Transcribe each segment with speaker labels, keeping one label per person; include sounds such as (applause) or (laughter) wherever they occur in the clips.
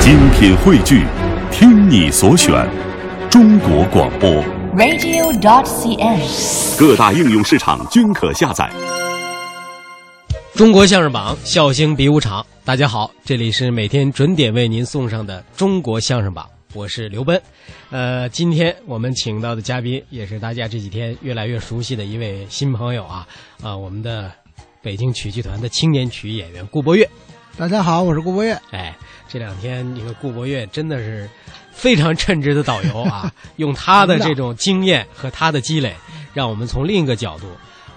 Speaker 1: 精品汇聚，听你所选，中国广播。
Speaker 2: radio.cn。
Speaker 1: 各大应用市场均可下载。
Speaker 3: 中国相声榜，笑星比武场。大家好，这里是每天准点为您送上的中国相声榜，我是刘奔。呃，今天我们请到的嘉宾也是大家这几天越来越熟悉的一位新朋友啊啊、我们的北京曲剧团的青年曲艺演员顾博越。
Speaker 4: 大家好，我是顾博越。
Speaker 3: 哎，这两天这个顾博越真的是非常称职的导
Speaker 4: (laughs)
Speaker 3: 游啊，用他的这种经验和他的积累，让我们从另一个角度，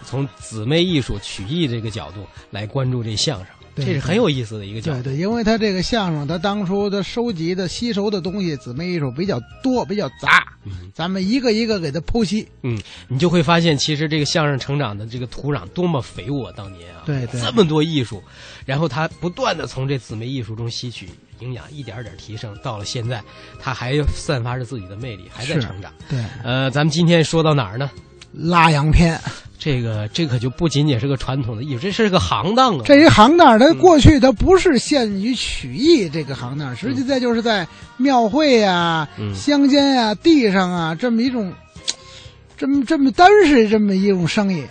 Speaker 3: 从姊妹艺术曲艺这个角度来关注这相声，
Speaker 4: 对
Speaker 3: 这是很有意思的一个角
Speaker 4: 对
Speaker 3: 度。
Speaker 4: 对，因为他这个相声，他当初他收集的、吸收的东西，姊妹艺术比较多，比较杂，咱们一个一个给他剖析。
Speaker 3: 嗯，你就会发现，其实这个相声成长的这个土壤多么肥沃，当年啊，
Speaker 4: 对对
Speaker 3: 这么多艺术，然后他不断的从这姊妹艺术中吸取营养，一点儿点儿提升，到了现在，他还散发着自己的魅力，还在
Speaker 4: 是
Speaker 3: 成长。
Speaker 4: 对，
Speaker 3: 呃，咱们今天说到哪儿呢？
Speaker 4: 拉洋片，
Speaker 3: 这个这可就不仅仅是个传统的艺术，这是个行当啊。
Speaker 4: 这一行当，它过去它不是限于曲艺这个行当，实际在就是在庙会啊、
Speaker 3: 嗯
Speaker 4: 乡间啊、地上啊这么一种，这么这么单是这么一种生意。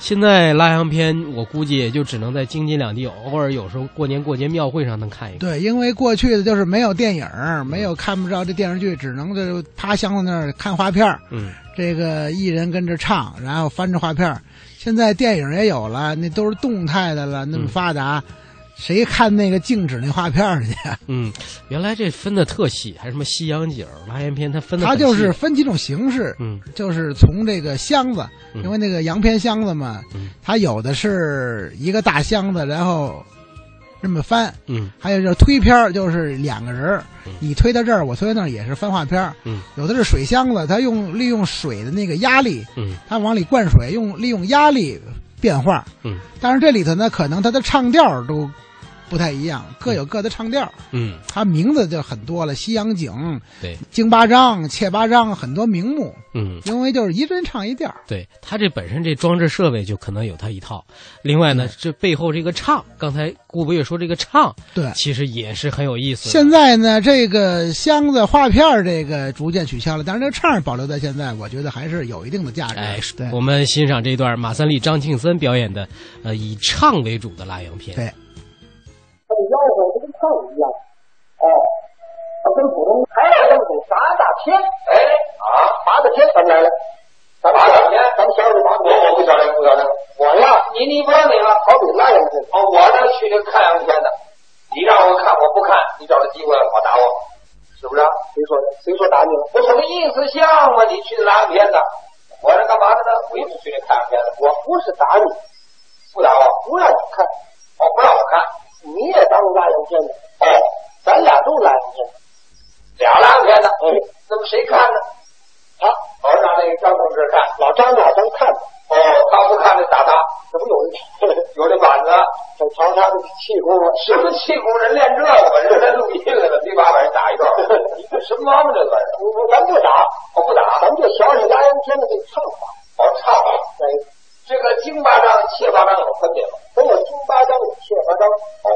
Speaker 3: 现在拉洋片，我估计也就只能在京津两地，偶尔有时候过年过节庙会上能看一看。
Speaker 4: 对，因为过去的就是没有电影儿，没有看不着这电视剧，只能就趴箱子那儿看花片儿。
Speaker 3: 嗯，
Speaker 4: 这个艺人跟着唱，然后翻着画片儿。现在电影也有了，那都是动态的了，那么发达，谁看那个静止那画片儿去？
Speaker 3: 嗯，原来这分的特细，还什么西洋景儿、拉洋片，它分的
Speaker 4: 它就是分几种形式，
Speaker 3: 嗯
Speaker 4: 就是从这个箱子，
Speaker 3: 嗯
Speaker 4: 因为那个洋片箱子嘛
Speaker 3: 嗯，
Speaker 4: 它有的是一个大箱子，然后这么翻，
Speaker 3: 嗯
Speaker 4: 还有就是推片儿，就是两个人儿
Speaker 3: 嗯，
Speaker 4: 你推到这儿，我推到那儿，也是翻画片儿。
Speaker 3: 嗯，
Speaker 4: 有的是水箱子，它用利用水的那个压力，
Speaker 3: 嗯
Speaker 4: 它往里灌水，用利用压力变化。
Speaker 3: 嗯
Speaker 4: 但是这里头呢，可能它的唱调儿都不太一样，各有各的唱调儿。
Speaker 3: 嗯，
Speaker 4: 它名字就很多了，西洋景、
Speaker 3: 对，
Speaker 4: 京八章、切八章，很多名目，
Speaker 3: 嗯。
Speaker 4: 因为就是一人唱一调儿。
Speaker 3: 对它这本身这装置设备就可能有它一套，另外呢，这背后这个唱，刚才顾博也说这个唱，
Speaker 4: 对
Speaker 3: 其实也是很有意思的。
Speaker 4: 现在呢，这个箱子画片儿这个逐渐取消了，但是这唱儿保留在现在，我觉得还是有一定的价值。
Speaker 3: 哎，
Speaker 4: 对，
Speaker 3: 我们欣赏这段马三立、张庆森表演的，呃，以唱为主的拉洋片。
Speaker 4: 对
Speaker 5: 那个吆喝跟唱一样，哦，啊跟普通还有那种八大天，哎啊，八大天咱们来了，咱们八大天，咱们小李八，我我不小亮，不小亮，我呀，你你玩哪个？好比拉洋片，哦，我呢去那看洋片的，你让我看我不看，你找着机会好打我，是不是、啊？谁说的？谁说打你了？我什么意思像吗？你去拉洋片的，我这干嘛的呢？我也是去那看洋片的，我不是打你。不打我，不让我看，哦，不让我看，你也当拉洋片的，哦，咱俩都拉洋片的，俩拉洋片的，嗯，那么谁看呢？啊，我让那个张同志看，老张哪张看呢？哦，他不看那打他，这不有 (laughs) 有这板子，这瞧他这气功，什么气功？人练这个，人来录音来了，非把把人打 (laughs) 一顿，你这什么毛病这玩意儿？不，咱不打，我不打，咱就瞧瞧拉洋片的这唱法，哦，唱法，哎。这个京八章、切八章有分别吗？都有京八章有切八章。哦，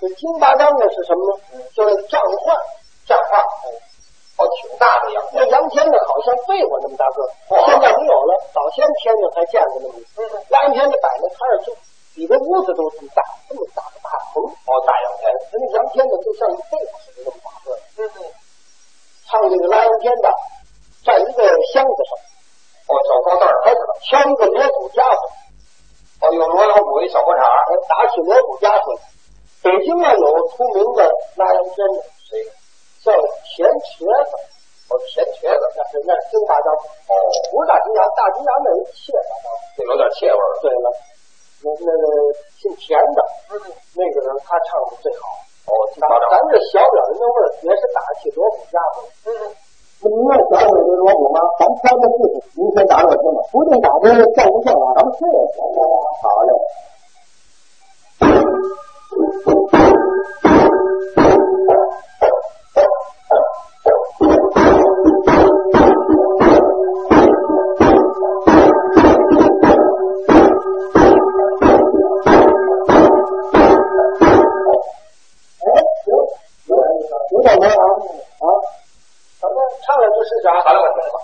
Speaker 5: 这京八章呢是什么呢？就是丈换，丈换。哦，挺大的羊。那羊天呢，哦好像被我那么大个儿，现在没有了。早先天呢才见过那么一个，羊天的摆那摊儿就比这屋子都这么大，这么大的大棚。哦，大羊天，人家羊天呢就像一被子似的那么大个儿。嗯嗯。唱这个拉洋天的，站一个箱子上。哦，小高凳儿开始了，挑一个锣鼓家伙。哦，有锣有鼓一小锅铲儿，呃打起锣鼓家伙。北京啊有出名的拉洋片的，谁？叫田瘸子。哦，田瘸子，那是那是京大张。哦，不是大金牙，大金牙那是切大张，这有点切味儿。对了，那那个姓田的，那个人他唱的最好。哦，咱咱这小点儿人的味儿，也是打起锣鼓家伙。嗯。那您要打我这锣鼓吗？咱挑个地方，您先打我听吧。不定打的像不像啊？咱们这也行，好嘞。哎，行，有点意思。
Speaker 6: 您感觉啊啊，咱们唱两句试试啊，咱俩听吧。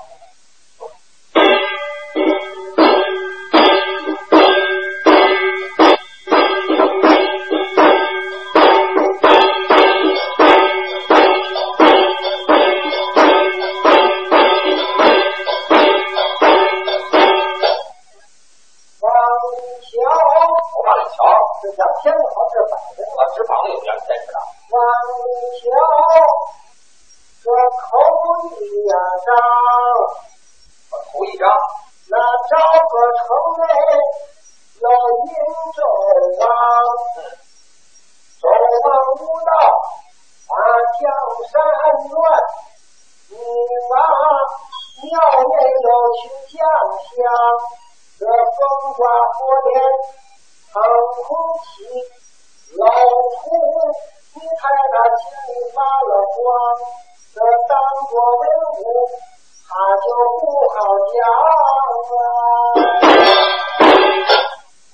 Speaker 6: 王桥，我忘了桥，是两千个还是百人？啊，是榜有两千是吧？王桥，我头一张，我头一张，那昭和城内有一纣王，纣王无道，把江山乱，女王庙内有群将相。这风花火莲，腾空起，老秃，你看那心里发了慌。这当国威武，他就不好讲啊。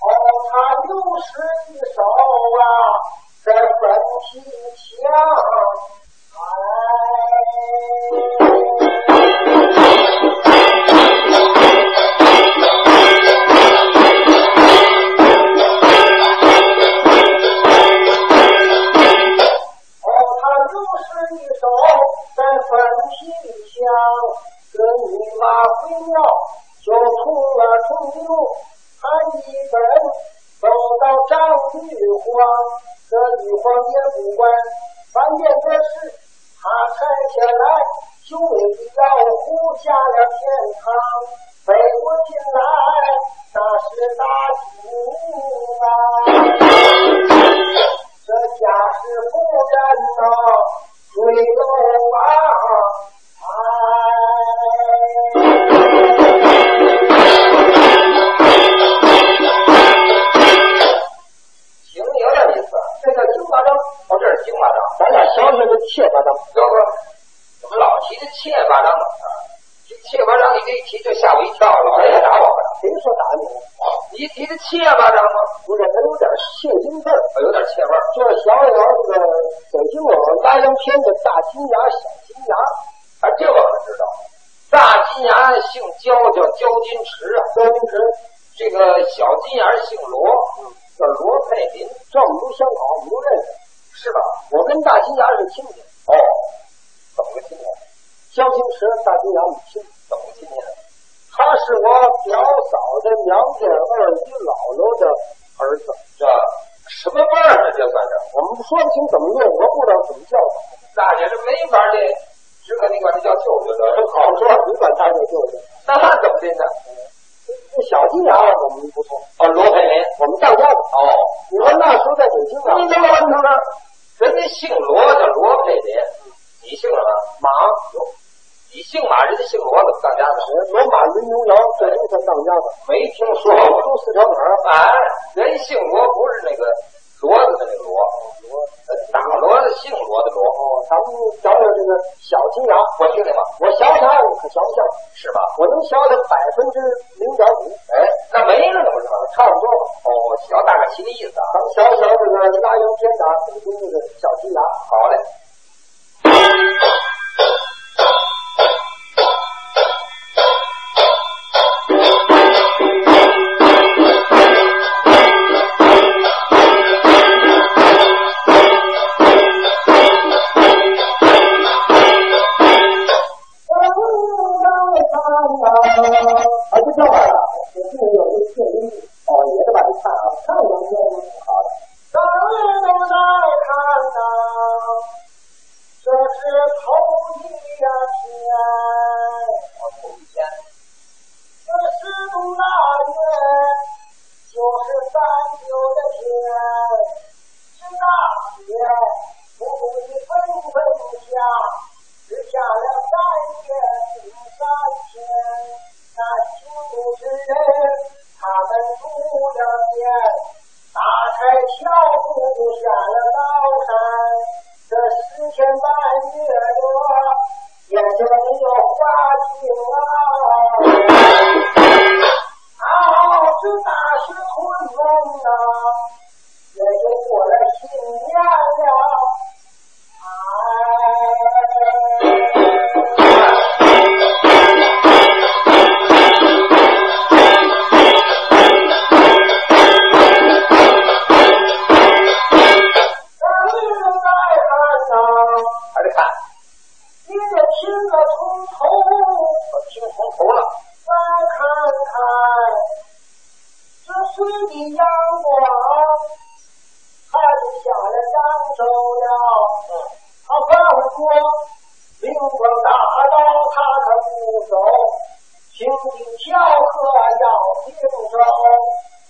Speaker 6: 哦，他又是一手啊，这粉皮枪，哎。哦，他就是一手在粉皮枪，跟你妈回庙就出了中路，他一本走到张玉皇，这玉皇也不管，凡见这事，他拆下来就要护下了天堂，北国进来那是大吉吧。这家事不沾呐，水漏啊！哎，行，有点意思。啊这个京巴张，哦，这是京巴张，咱俩学学这切巴张。要不，怎么老提这切巴张呢？这切巴张，你这一提就吓我一跳，老爷打我吧？谁哎说打你了？你一提这切巴张吗？不是，它有点蟹精味儿，有点切味儿。这想想这个北京有拉洋片的大金牙、小金牙，啊，这我可知道。大金牙姓焦，叫焦金池啊，焦金池。这个小金牙姓罗，叫罗佩林。这我们都相好，我们都认识，是吧？我跟大金牙是亲戚。哦，怎么个亲戚？啊焦金池、大金牙你亲，怎么个亲戚？啊他是我表嫂的娘家二姨姥姥的儿子。这什么辈儿呢？啊这算是我们说不清怎么念，我不知道怎么叫他。那也是没法的，只管你管他叫舅舅得了。 (laughs) 好说，你管他叫舅舅，那怎么的呢？这小金牙我们不错啊，罗佩林，我们当家的哦。你说那时候在北京啊，你怎么问他呢？人家姓罗叫罗佩林，你姓什么？马。你姓马，人家姓罗，怎么当家的？罗马云牛羊，这就算当家的。没听说过，都四条腿儿。哎，人姓罗不是那个骡子的那个骡，骡打骡子姓罗的罗。哦，咱们瞧瞧这个小金羊，我听听吧。我瞧它，你可瞧不像，是吧？我能瞧它百分之零点五。哎，那没了，怎么是吧？差不多吧。哦，小大概其那意思啊。咱们瞧瞧这个拉洋天打北京这个小金羊。好嘞。啊，这叫啊，我记得有一次有一次，哦，也是把这看啊，看了一遍就好了。咱们都在看呐，这是头一天，我头一天，这是那月九十三九的天。是大雪，母女纷纷下，只下了三天又三天。那辛苦之人，他们住了店，打开跳入下了高山。这十天半月的，也就没有花景啊。好，这大雪混乱呐。也就过了新年了。哎，
Speaker 5: 顶挑客要平时候，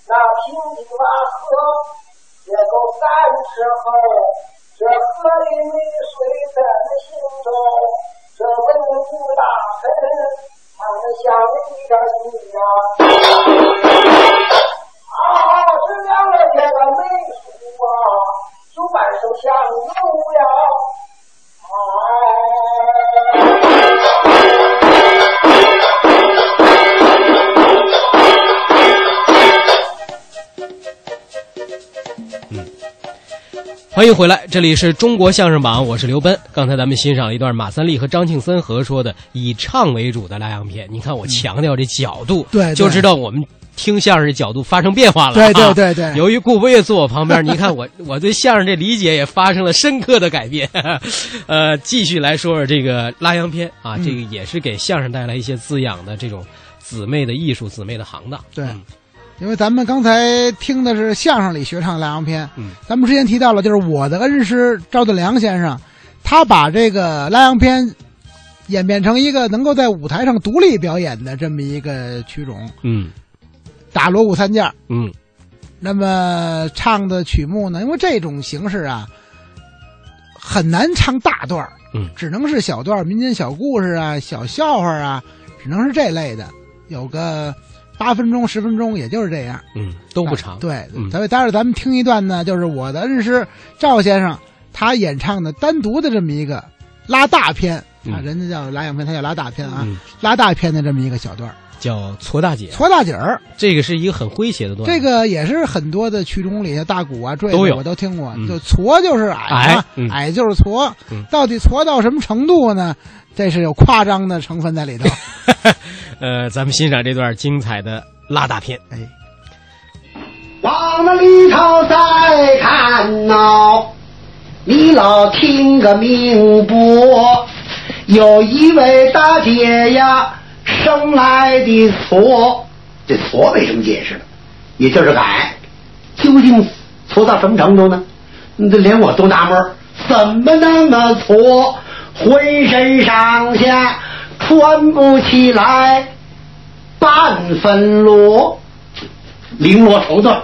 Speaker 5: 那平底娃喝也够三十后。这河里没水怎么行走？这文武大臣他们像一点一呀。啊，知了了这个没数啊，就满手香油呀。
Speaker 3: 欢迎回来，这里是中国相声榜，我是刘奔。刚才咱们欣赏了一段马三立和张庆森合说的以唱为主的拉洋片，你看我强调这角度，
Speaker 4: 嗯对对
Speaker 3: 就知道我们听相声的角度发生变化了。
Speaker 4: 对对
Speaker 3: 啊
Speaker 4: 对对
Speaker 3: 由于顾波也坐我旁边，你看我我对相声这理解也发生了深刻的改变。呃，继续来说说这个拉洋片啊，这个
Speaker 4: 嗯
Speaker 3: 也是给相声带来一些滋养的这种姊妹的艺术、姊妹的行当。
Speaker 4: 对
Speaker 3: 嗯，
Speaker 4: 因为咱们刚才听的是相声里学唱拉洋片，
Speaker 3: 嗯，
Speaker 4: 咱们之前提到了，就是我的恩师赵振良先生，他把这个拉洋片演变成一个能够在舞台上独立表演的这么一个曲种，
Speaker 3: 嗯
Speaker 4: 打锣鼓三件儿。
Speaker 3: 嗯
Speaker 4: 那么唱的曲目呢，因为这种形式啊，很难唱大段儿
Speaker 3: 嗯
Speaker 4: 只能是小段儿民间小故事啊、小笑话啊，只能是这类的，有个八分钟、十分钟，也就是这样。
Speaker 3: 嗯，都不长。
Speaker 4: 哎对
Speaker 3: 嗯，
Speaker 4: 待会待会儿咱们听一段呢，就是我的恩师赵先生他演唱的单独的这么一个拉大片啊，
Speaker 3: 嗯
Speaker 4: 人家叫拉洋片，他叫拉大片啊
Speaker 3: 嗯，
Speaker 4: 拉大片的这么一个小段儿，
Speaker 3: 叫搓大姐，
Speaker 4: 搓大景儿，
Speaker 3: 这个是一个很诙谐的段子。
Speaker 4: 这个也是很多的曲种里大鼓啊、坠子
Speaker 3: 都有
Speaker 4: 我都听过
Speaker 3: 嗯，
Speaker 4: 就搓就是矮嘛
Speaker 3: 矮嗯，
Speaker 4: 矮就是搓
Speaker 3: 嗯，
Speaker 4: 到底搓到什么程度呢？这是有夸张的成分在
Speaker 3: (laughs)
Speaker 4: 里头，
Speaker 3: 呃，咱们欣赏这段精彩的拉大片。
Speaker 4: 哎。
Speaker 2: 往那里头再看呐、你老听个命不？有一位大姐呀，生来的矬，这矬没什么解释的，也就是个矮，究竟矬到什么程度呢？这连我都纳闷儿，怎么那么矬，浑身上下穿不起来半分裸。绫罗绸缎，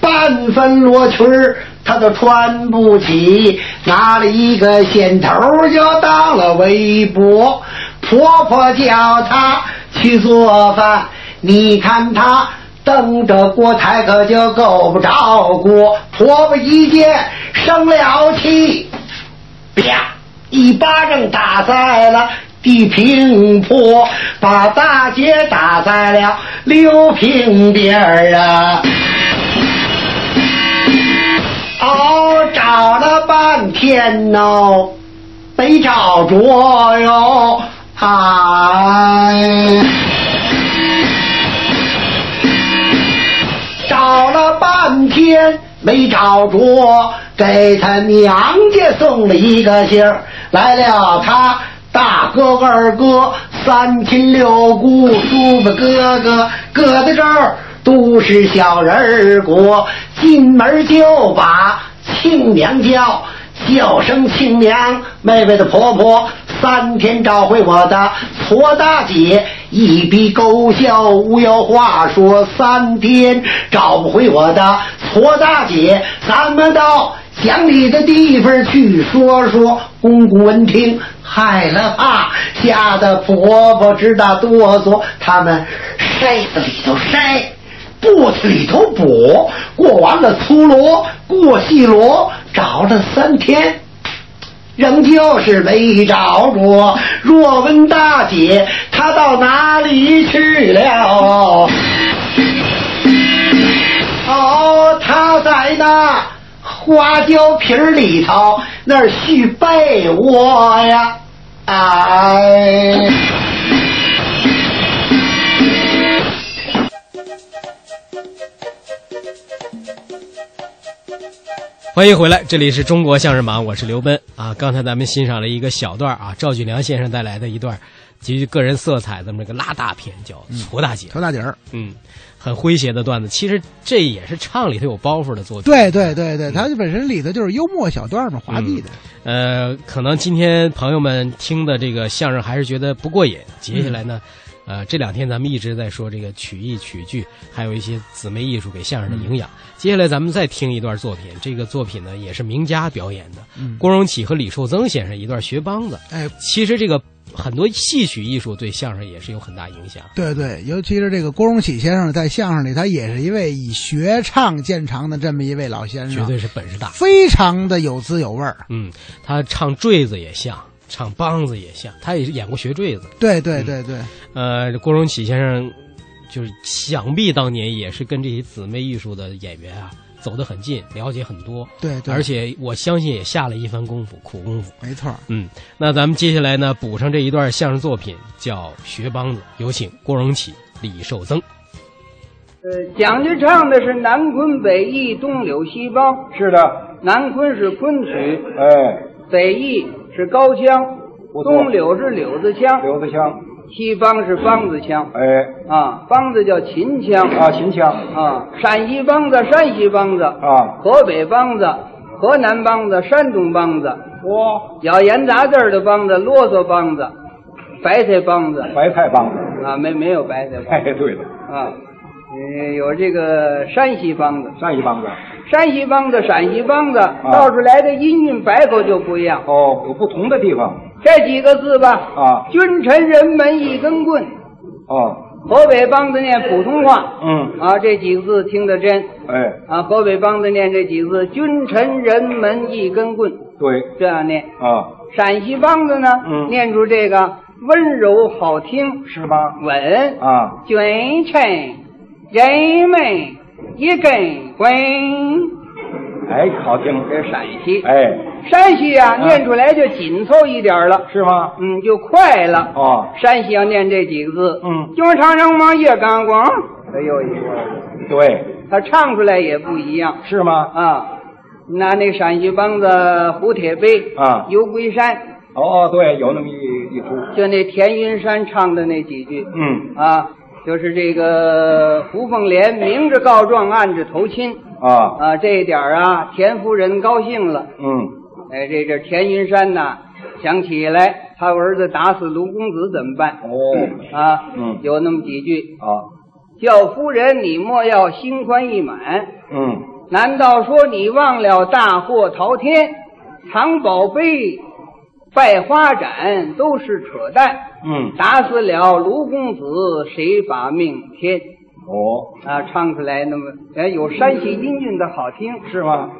Speaker 2: 半分罗裙儿他都穿不起，拿了一个线头儿就到了围脖，婆婆叫她去做饭，你看她。蹬着锅台可就够不着锅，婆婆一见生了气，啪！一巴掌打在了地平坡，把大姐打在了溜平边儿啊！哦，找了半天哦，没找着哟，哎。找了半天没找着，给他娘家送了一个信儿，来了他大哥二哥三亲六姑叔伯哥哥，搁在这儿都是小人儿国，进门就把亲娘叫。叫声亲娘，妹妹的婆婆，三天找回我的矬大姐，一笔勾销，无有话说。三天找不回我的矬大姐，咱们到讲理的地方去说说。公公闻听，害了怕，吓得婆婆直打哆嗦。他们筛子里头筛。步子里头补，过完了粗罗，过细罗，找了三天，仍旧是没找着。若问大姐，她到哪里去了？哦，她在那花椒皮儿里头那儿续被窝呀，哎。
Speaker 3: 欢迎回来，这里是中国相声榜，我是刘奔啊。刚才咱们欣赏了一个小段啊，赵俊良先生带来的一段极具个人色彩的这么个拉大片，叫
Speaker 4: 嗯
Speaker 3: 《矬大姐》，
Speaker 4: 搓大底儿，
Speaker 3: 嗯，很诙谐的段子。其实这也是唱里头有包袱的作品。
Speaker 4: 对对对
Speaker 3: 嗯
Speaker 4: 对，它本身里头就是幽默小段儿嘛，滑稽的。嗯
Speaker 3: 呃，可能今天朋友们听的这个相声还是觉得不过瘾，接下来呢，呃，这两天咱们一直在说这个曲艺、曲剧，还有一些姊妹艺术给相声的营养。
Speaker 4: 嗯
Speaker 3: 接下来咱们再听一段作品，这个作品呢也是名家表演的，
Speaker 4: 嗯
Speaker 3: 郭荣启和李寿增先生一段学梆子。
Speaker 4: 哎，
Speaker 3: 其实这个很多戏曲艺术对相声也是有很大影响。
Speaker 4: 对对，尤其是这个郭荣启先生在相声里，他也是一位以学唱见长的这么一位老先生，
Speaker 3: 绝对是本事大。
Speaker 4: 非常的有滋有味儿。
Speaker 3: 嗯，他唱坠子也像，唱梆子也像，他也是演过学坠子。
Speaker 4: 对对对对，
Speaker 3: 呃，郭荣启先生就是想必当年也是跟这些姊妹艺术的演员啊走得很近，了解很多，
Speaker 4: 对对，
Speaker 3: 而且我相信也下了一番功夫，苦功夫。
Speaker 4: 没错儿。
Speaker 3: 嗯，那咱们接下来呢，补上这一段相声作品，叫《学梆子》，有请郭荣启、李寿增。
Speaker 7: 呃，蒋家唱的是南昆北弋东柳西梆，
Speaker 5: 是的，
Speaker 7: 南昆是昆曲，
Speaker 5: 哎，
Speaker 7: 北弋是高腔，
Speaker 5: 不错
Speaker 7: 东柳是柳子腔，
Speaker 5: 刘子香，
Speaker 7: 西梆是梆子腔
Speaker 5: 哎，
Speaker 7: 啊，梆子叫秦腔
Speaker 5: 啊，秦腔，
Speaker 7: 啊，陕西梆子、山西梆子
Speaker 5: 啊
Speaker 7: 河北梆子、河南梆子、山东梆子，
Speaker 5: 哇，
Speaker 7: 咬言杂字儿的梆子、啰嗦梆子、白菜梆子
Speaker 5: 白菜帮子，
Speaker 7: 啊，没没有白菜梆
Speaker 5: 哎，对了，
Speaker 7: 啊，呃，有这个山西梆子。
Speaker 5: 上一帮子，
Speaker 7: 山西梆子、陕西梆子，倒是来的音韵白口就不一样。
Speaker 5: 啊哦，有不同的地方，
Speaker 7: 这几个字吧，
Speaker 5: 啊
Speaker 7: 君臣人们一根棍。
Speaker 5: 哦，
Speaker 7: 河北梆子念普通话，
Speaker 5: 嗯，
Speaker 7: 啊，这几个字听得真。
Speaker 5: 哎，
Speaker 7: 啊，河北梆子念这几个字，君臣人们一根棍，
Speaker 5: 对，
Speaker 7: 这样念。
Speaker 5: 啊，
Speaker 7: 陕西梆子呢，
Speaker 5: 嗯
Speaker 7: 念出这个温柔好听，
Speaker 5: 是吗？
Speaker 7: 稳，
Speaker 5: 啊，
Speaker 7: 君臣人们一根棍，
Speaker 5: 哎，好听，
Speaker 7: 这是陕西。
Speaker 5: 哎，
Speaker 7: 山西啊，
Speaker 5: 啊
Speaker 7: 念出来就紧凑一点儿了，
Speaker 5: 是吗？
Speaker 7: 嗯，就快了。
Speaker 5: 哦，
Speaker 7: 山西要念这几个字，
Speaker 5: 嗯
Speaker 7: 就是长城往夜干光，哎呦一个，
Speaker 5: 对，
Speaker 7: 他唱出来也不一样
Speaker 5: 是吗？
Speaker 7: 啊。拿那陕西梆子胡铁碑
Speaker 5: 啊
Speaker 7: 游龟山，
Speaker 5: 哦，对，有那么一一出，啊
Speaker 7: 就那田云山唱的那几句
Speaker 5: 嗯，
Speaker 7: 啊，就是这个胡凤莲明着告状，暗着投亲
Speaker 5: 啊，
Speaker 7: 啊，这一点儿啊，田夫人高兴了。
Speaker 5: 嗯，
Speaker 7: 哎，这这田云山呐，想起来他儿子打死卢公子怎么办？
Speaker 5: 哦，
Speaker 7: 啊，
Speaker 5: 嗯
Speaker 7: 有那么几句，
Speaker 5: 啊，
Speaker 7: 叫夫人你莫要心宽意满，
Speaker 5: 嗯，
Speaker 7: 难道说你忘了大祸滔天，藏宝贝、拜花展都是扯淡？
Speaker 5: 嗯，
Speaker 7: 打死了卢公子，谁把命添？
Speaker 5: 哦，
Speaker 7: 啊，唱出来那么哎，有山西音韵的好听
Speaker 5: 是吗？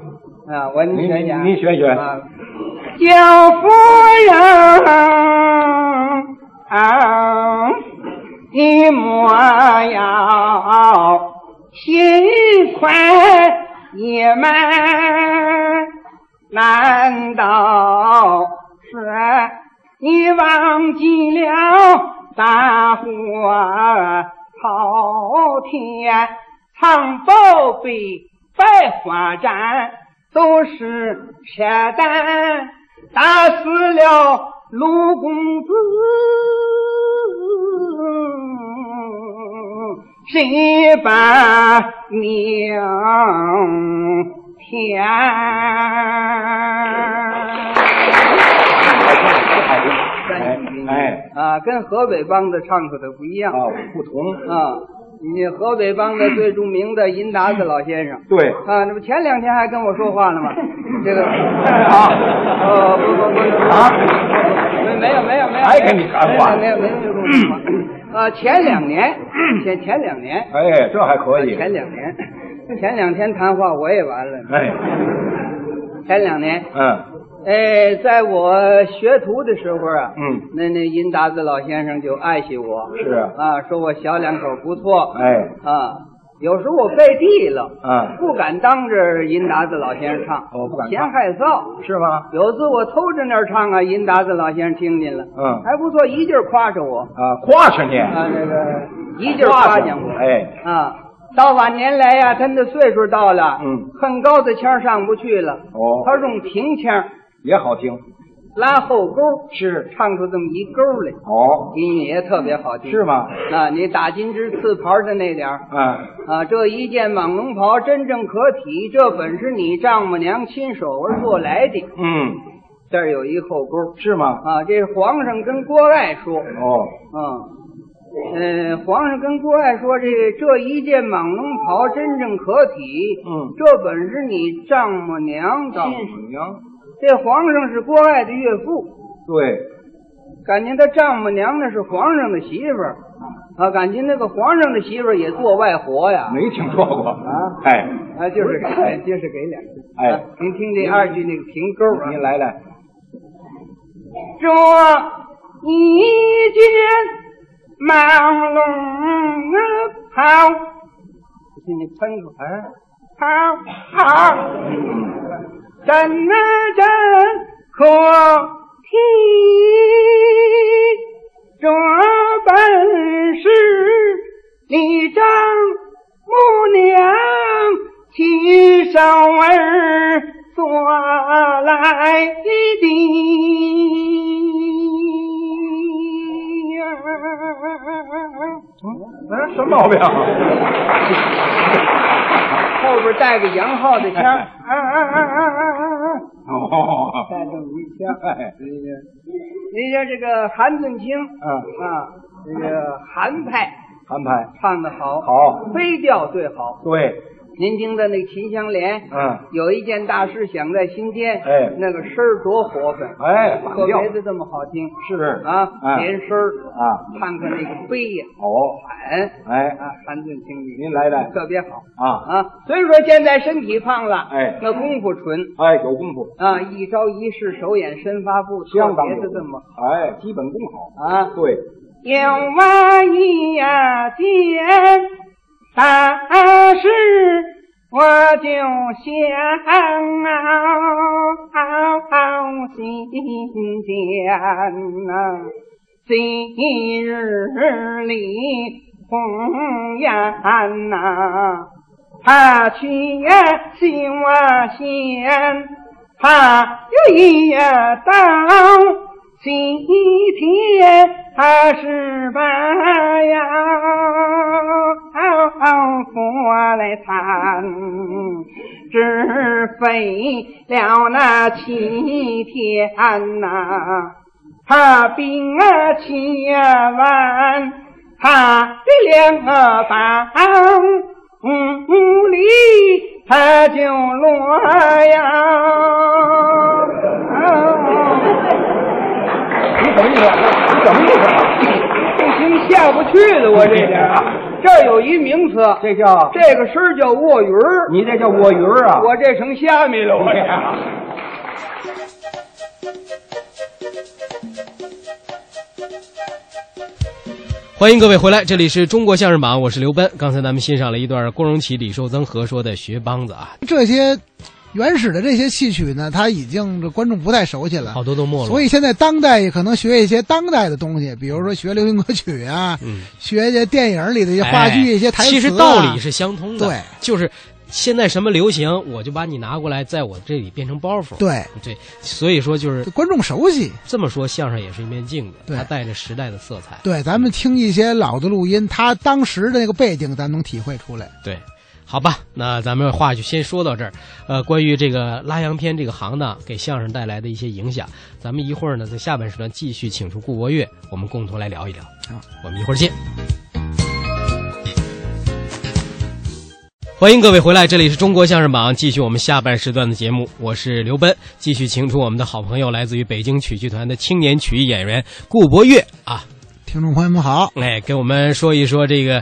Speaker 7: 啊！我
Speaker 5: 您
Speaker 7: 你学学啊，
Speaker 5: 您学学
Speaker 7: 啊，叫夫人，啊、你莫要心宽意满，难道是你忘记了大火滔天，藏宝贝百花展？都是扯淡，打死了卢公子，谁把命填？
Speaker 5: 哎，哎，
Speaker 7: 啊，跟河北梆子唱可的不一样
Speaker 5: 啊，不同，
Speaker 7: 啊！你河北梆子最著名的银达子老先生，
Speaker 5: 对，
Speaker 7: 啊，那不前两天还跟我说话呢
Speaker 5: (laughs)
Speaker 7: 吗？这个
Speaker 5: 啊
Speaker 7: 呃，不不不啊
Speaker 5: 啊，
Speaker 7: 没没有没有没有，
Speaker 5: 还跟你谈话
Speaker 7: 没有没有没有跟我说话。呃，前两年，前前两年，
Speaker 5: 哎，这还可以，
Speaker 7: 前两年，前两天谈话我也完了。
Speaker 5: 哎，
Speaker 7: 前两年，
Speaker 5: 嗯，
Speaker 7: 哎，在我学徒的时候啊，
Speaker 5: 嗯，
Speaker 7: 那那银达子老先生就爱惜我，
Speaker 5: 是啊，
Speaker 7: 啊，说我小两口不错，
Speaker 5: 哎，
Speaker 7: 啊，有时候我背地了，
Speaker 5: 啊，
Speaker 7: 不敢当着银达子老先生唱，
Speaker 5: 哦不敢唱
Speaker 7: 嫌害臊。
Speaker 5: 是吗？
Speaker 7: 有次我偷着那儿唱啊，银达子老先生听见了，
Speaker 5: 嗯
Speaker 7: 还不错，一劲儿夸着我，
Speaker 5: 啊，夸是你，
Speaker 7: 啊，那个一劲儿夸奖我，
Speaker 5: 哎，
Speaker 7: 啊，到晚年来呀、他那岁数到了，
Speaker 5: 嗯，
Speaker 7: 很高的腔儿上不去了，
Speaker 5: 哦
Speaker 7: 他用平腔儿
Speaker 5: 也好听，
Speaker 7: 拉后沟，
Speaker 5: 是
Speaker 7: 唱出这么一勾来，
Speaker 5: 哦，
Speaker 7: 音乐也特别好听，
Speaker 5: 是？吗？
Speaker 7: 啊，你打金枝刺袍的那点儿。
Speaker 5: 啊，
Speaker 7: 啊，这一件蟒龙袍真正可体，这本是你丈母娘亲手而做来的。
Speaker 5: 嗯，
Speaker 7: 这儿有一后沟
Speaker 5: 是吗？
Speaker 7: 啊，这是皇上跟郭外说，
Speaker 5: 哦，
Speaker 7: 嗯，
Speaker 8: 呃，皇上跟郭爱说，这这一件蟒龙袍真正可体，
Speaker 7: 嗯
Speaker 8: 这本是你丈母娘
Speaker 7: 丈
Speaker 8: 亲
Speaker 7: 母娘，
Speaker 8: 这皇上是郭爱的岳父，
Speaker 7: 对，
Speaker 8: 感情他丈母娘呢是皇上的媳妇儿，啊，感情那个皇上的媳妇儿也做外活呀，
Speaker 7: 没听说过
Speaker 8: 啊
Speaker 7: 哎，
Speaker 8: 啊，就是给，哎就是给两句，
Speaker 7: 哎
Speaker 8: 啊您听这二句那个平勾啊，
Speaker 7: 您来来，
Speaker 8: 这一件蟒龙袍，给你喷个盆，好好，真啊真可替，这本是你丈母娘亲手儿做来的呀。
Speaker 7: 哎，什么毛病啊？
Speaker 8: 后边带个洋号的腔儿，啊啊啊啊啊啊！
Speaker 7: 哦，
Speaker 8: 带这么一腔。
Speaker 7: 哎，
Speaker 8: 你像这个韩俊清，
Speaker 7: 嗯
Speaker 8: 啊，这个韩派
Speaker 7: 安排
Speaker 8: 唱的好，
Speaker 7: 好，
Speaker 8: 飞调最好。
Speaker 7: 对，
Speaker 8: 您听的那个秦香莲，
Speaker 7: 嗯，
Speaker 8: 有一件大事想在心间，
Speaker 7: 哎
Speaker 8: 那个声儿多活泛，
Speaker 7: 哎，反
Speaker 8: 可
Speaker 7: 调
Speaker 8: 没的这么好听
Speaker 7: 是
Speaker 8: 啊，
Speaker 7: 哎
Speaker 8: 连声儿
Speaker 7: 啊，
Speaker 8: 看看那个飞呀，
Speaker 7: 哦，
Speaker 8: 喊
Speaker 7: 哎
Speaker 8: 啊，韩俊清
Speaker 7: 您来来
Speaker 8: 特别好
Speaker 7: 啊，
Speaker 8: 啊。虽说现在身体胖了，
Speaker 7: 哎
Speaker 8: 那功夫纯
Speaker 7: 哎，有功夫，
Speaker 8: 啊，一招一式手眼身发步，
Speaker 7: 相当
Speaker 8: 特别
Speaker 7: 有
Speaker 8: 的这么好。，
Speaker 7: 哎，基本功好
Speaker 8: 啊
Speaker 7: 对，
Speaker 8: 有我一呀见，但是我就想啊，心间啊，今日里红颜呐、他去心我先，他又一夜到今天他是把呀，哦佛来参，只飞了那七天呐、他兵啊起呀弯，他的两个膀，嗯无力他就落呀。
Speaker 7: 你什么意思？你什么意思？
Speaker 8: 这行下不去了，我这点这儿有一名词，
Speaker 7: 这叫
Speaker 8: 这个诗叫卧鱼儿，
Speaker 7: 你这叫卧鱼儿啊？
Speaker 8: 我这成虾米了，我
Speaker 7: 哎
Speaker 8: 这。
Speaker 7: 呀
Speaker 3: 欢迎各位回来，这里是中国相声榜，我是刘奔。刚才咱们欣赏了一段郭荣启、李寿增合说的学梆子啊，
Speaker 4: 这些原始的这些戏曲呢，他已经这观众不太熟悉了，
Speaker 3: 好多都没落。
Speaker 4: 所以现在当代也可能学一些当代的东西，比如说学流行歌曲啊，
Speaker 3: 嗯
Speaker 4: 学一些电影里的一些话剧、
Speaker 3: 哎
Speaker 4: 一些台词、啊。
Speaker 3: 其实道理是相通的，
Speaker 4: 对，
Speaker 3: 就是现在什么流行，我就把你拿过来，在我这里变成包袱。
Speaker 4: 对，
Speaker 3: 对，所以说就是
Speaker 4: 就观众熟悉。
Speaker 3: 这么说，相声也是一面镜子，
Speaker 4: 对
Speaker 3: 它带着时代的色彩。
Speaker 4: 对，咱们听一些老的录音，他当时的那个背景，咱能体会出来。
Speaker 3: 对，好吧，那咱们话就先说到这儿。呃，关于这个拉洋片这个行当给相声带来的一些影响，咱们一会儿呢在下半时段继续请出顾博岳，我们共同来聊一聊。
Speaker 4: 好，
Speaker 3: 我们一会儿见。欢迎各位回来，这里是中国相声榜，继续我们下半时段的节目，我是刘奔，继续请出我们的好朋友，来自于北京曲剧团的青年曲艺演员顾博岳啊，
Speaker 4: 听众朋友们好，
Speaker 3: 哎，给我们说一说这个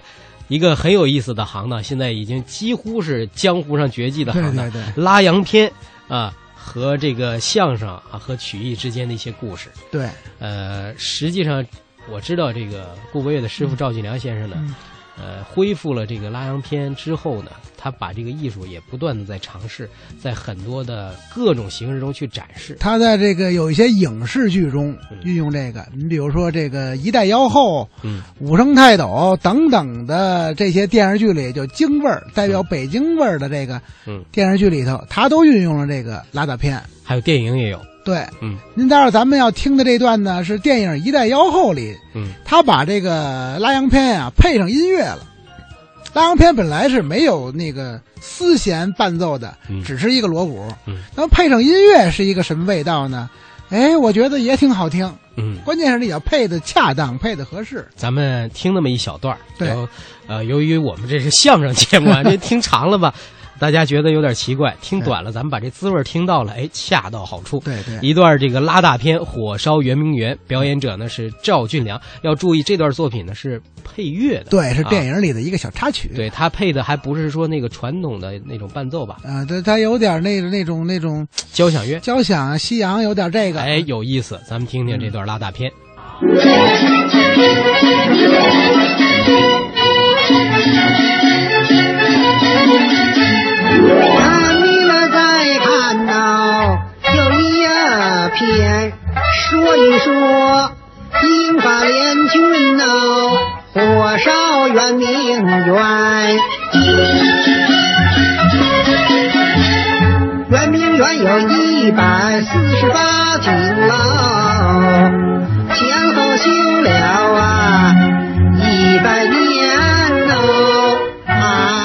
Speaker 3: 一个很有意思的行当，现在已经几乎是江湖上绝技的
Speaker 4: 对
Speaker 3: 行
Speaker 4: 对
Speaker 3: 当，
Speaker 4: 对，
Speaker 3: 拉洋片啊和这个相声啊和曲艺之间的一些故事。
Speaker 4: 对，
Speaker 3: 呃，实际上我知道这个顾博岳的师傅赵俊良先生呢，
Speaker 4: 嗯
Speaker 3: 呃，恢复了这个拉洋片之后呢，他把这个艺术也不断的在尝试，在很多的各种形式中去展示。
Speaker 4: 他在这个有一些影视剧中
Speaker 3: 嗯
Speaker 4: 运用这个，你比如说这个《一代妖后》
Speaker 3: 嗯，
Speaker 4: 武生泰斗等等的这些电视剧里，就京味儿代表北京味儿的这个
Speaker 3: 嗯
Speaker 4: 电视剧里头，他都运用了这个拉大片。
Speaker 3: 还有电影也有，
Speaker 4: 对，
Speaker 3: 嗯
Speaker 4: 您待会儿咱们要听的这段呢，是电影《一代妖后》里，
Speaker 3: 嗯，
Speaker 4: 他把这个拉洋片啊配上音乐了。拉洋片本来是没有那个丝弦伴奏的，
Speaker 3: 嗯
Speaker 4: 只是一个锣鼓。
Speaker 3: 嗯，
Speaker 4: 那么配上音乐是一个什么味道呢？哎，我觉得也挺好听，
Speaker 3: 嗯，
Speaker 4: 关键是你要配的恰当，配的合适。
Speaker 3: 咱们听那么一小段儿，
Speaker 4: 对
Speaker 3: 然后，呃，由于我们这是相声节
Speaker 4: (laughs)
Speaker 3: 目，啊，这听长了吧，大家觉得有点奇怪；听短了，咱们把这滋味儿听到了，哎，恰到好处。
Speaker 4: 对对
Speaker 3: 一段这个拉大片《火烧圆明园》，表演者呢是赵俊良。要注意，这段作品呢是配乐的，
Speaker 4: 对，是电
Speaker 3: 影。
Speaker 4: 影里的一个小插曲。
Speaker 3: 对他配的还不是说那个传统的那种伴奏吧，
Speaker 4: 啊、对，它有点那那种那种
Speaker 3: 交响乐。
Speaker 4: 交响啊，西洋有点这个。嗯
Speaker 3: 哎，有意思，咱们听听这段拉大片。
Speaker 9: 看你们再看呐，有一篇说一说英法联军呐，火烧圆明园。圆明园有一百四十八景啊，前后修了啊一百年呐、哎。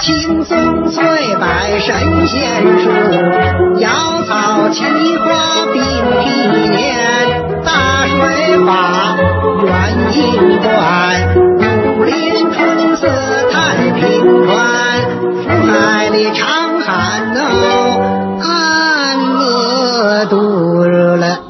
Speaker 9: 青松翠柏神仙树，瑶草奇花并蒂莲，大水法园艺馆，武林春色太平川，福海里长喊哦，安乐多了。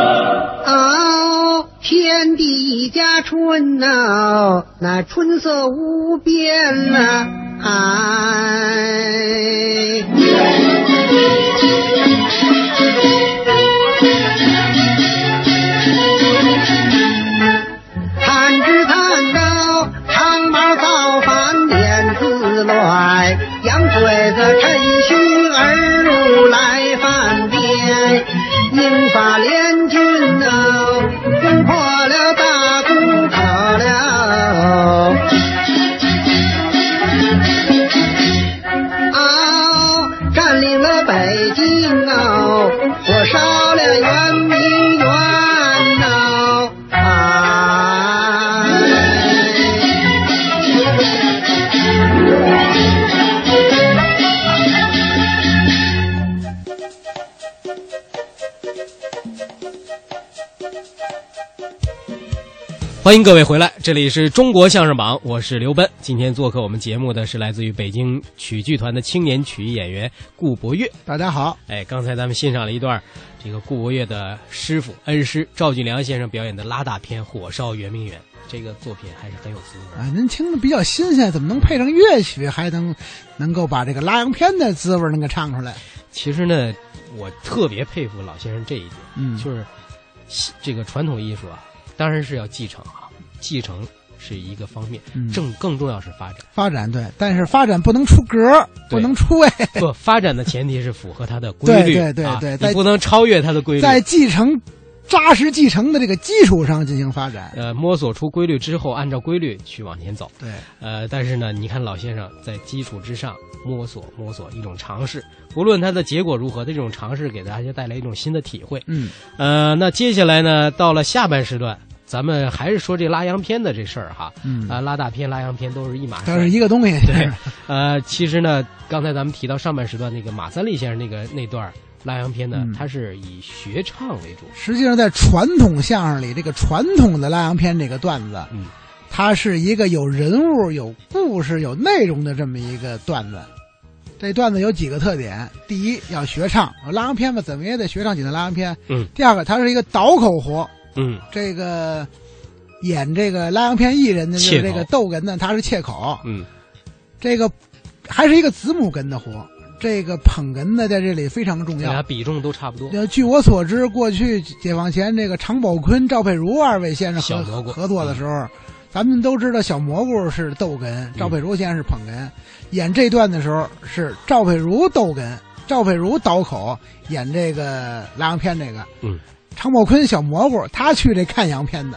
Speaker 9: 哦，天地家春呐、那春色无边呐、哎。探知探到长毛造反点自乱，羊嘴子趁虚而入来犯边，英法联军呐、攻破了大渡口了。啊，占领了北京哦，火烧了圆明园哦，啊！
Speaker 3: 欢迎各位回来，这里是中国相声榜，我是刘奔。今天做客我们节目的是来自于北京曲剧团的青年曲艺演员顾博岳。
Speaker 4: 大家好，
Speaker 3: 哎，刚才咱们欣赏了一段这个顾博岳的师傅恩师赵俊良先生表演的拉大片《火烧圆明园》，这个作品还是很有滋味儿。
Speaker 4: 啊，您听着比较新鲜，怎么能配上乐曲，还能能够把这个拉洋片的滋味儿能给唱出来？
Speaker 3: 其实呢，我特别佩服老先生这一点，
Speaker 4: 嗯
Speaker 3: 就是西这个传统艺术啊，当然是要继承啊，继承是一个方面，
Speaker 4: 嗯
Speaker 3: 正更重要是发展。
Speaker 4: 发展对，但是发展不能出格儿，
Speaker 3: 对
Speaker 4: 不能出位，
Speaker 3: (laughs) 不，发展的前提是符合它的规律，
Speaker 4: 对对对对
Speaker 3: 啊、
Speaker 4: 在
Speaker 3: 你不能超越它的规律。
Speaker 4: 在继承扎实继承的这个基础上进行发展。
Speaker 3: 呃，摸索出规律之后，按照规律去往前走。
Speaker 4: 对，
Speaker 3: 呃，但是呢，你看老先生在基础之上摸索摸索一种尝试，无论它的结果如何，这种尝试给大家带来一种新的体会。
Speaker 4: 嗯，
Speaker 3: 呃，那接下来呢，到了下半时段，咱们还是说这拉洋片的这事儿哈。
Speaker 4: 嗯
Speaker 3: 啊，拉大片、拉洋片都是一码事
Speaker 4: 都是
Speaker 3: 儿。
Speaker 4: 一个东西。
Speaker 3: 对，呃，其实呢，刚才咱们提到上半时段那个马三立先生那个那段儿拉洋片呢，
Speaker 4: 嗯
Speaker 3: 它是以学唱为主。
Speaker 4: 实际上在传统相声里，这个传统的拉洋片这个段子，
Speaker 3: 嗯
Speaker 4: 它是一个有人物、有故事、有内容的这么一个段子。这段子有几个特点：第一，要学唱，拉洋片嘛，怎么也得学唱几段拉洋片。
Speaker 3: 嗯。
Speaker 4: 第二个，它是一个倒口活，
Speaker 3: 嗯
Speaker 4: 这个演这个拉洋片艺人的
Speaker 3: 切
Speaker 4: 这
Speaker 3: 口
Speaker 4: 个逗哏呢，他是切口，
Speaker 3: 嗯，
Speaker 4: 这个还是一个子母哏的活，这个捧哏呢在这里非常重
Speaker 3: 对
Speaker 4: 要
Speaker 3: 俩。比重都差不多。
Speaker 4: 呃，据我所知，过去解放前这个常宝坤、赵佩茹二位先生
Speaker 3: 小
Speaker 4: 合
Speaker 3: 蘑菇嗯
Speaker 4: 合作的时候，咱们都知道小蘑菇是逗哏，赵佩茹先生是捧哏。演这段的时候是赵佩茹逗哏，赵佩茹倒口演这个拉洋片这个。
Speaker 3: 嗯，
Speaker 4: 常宝坤小蘑菇他去这看洋片的，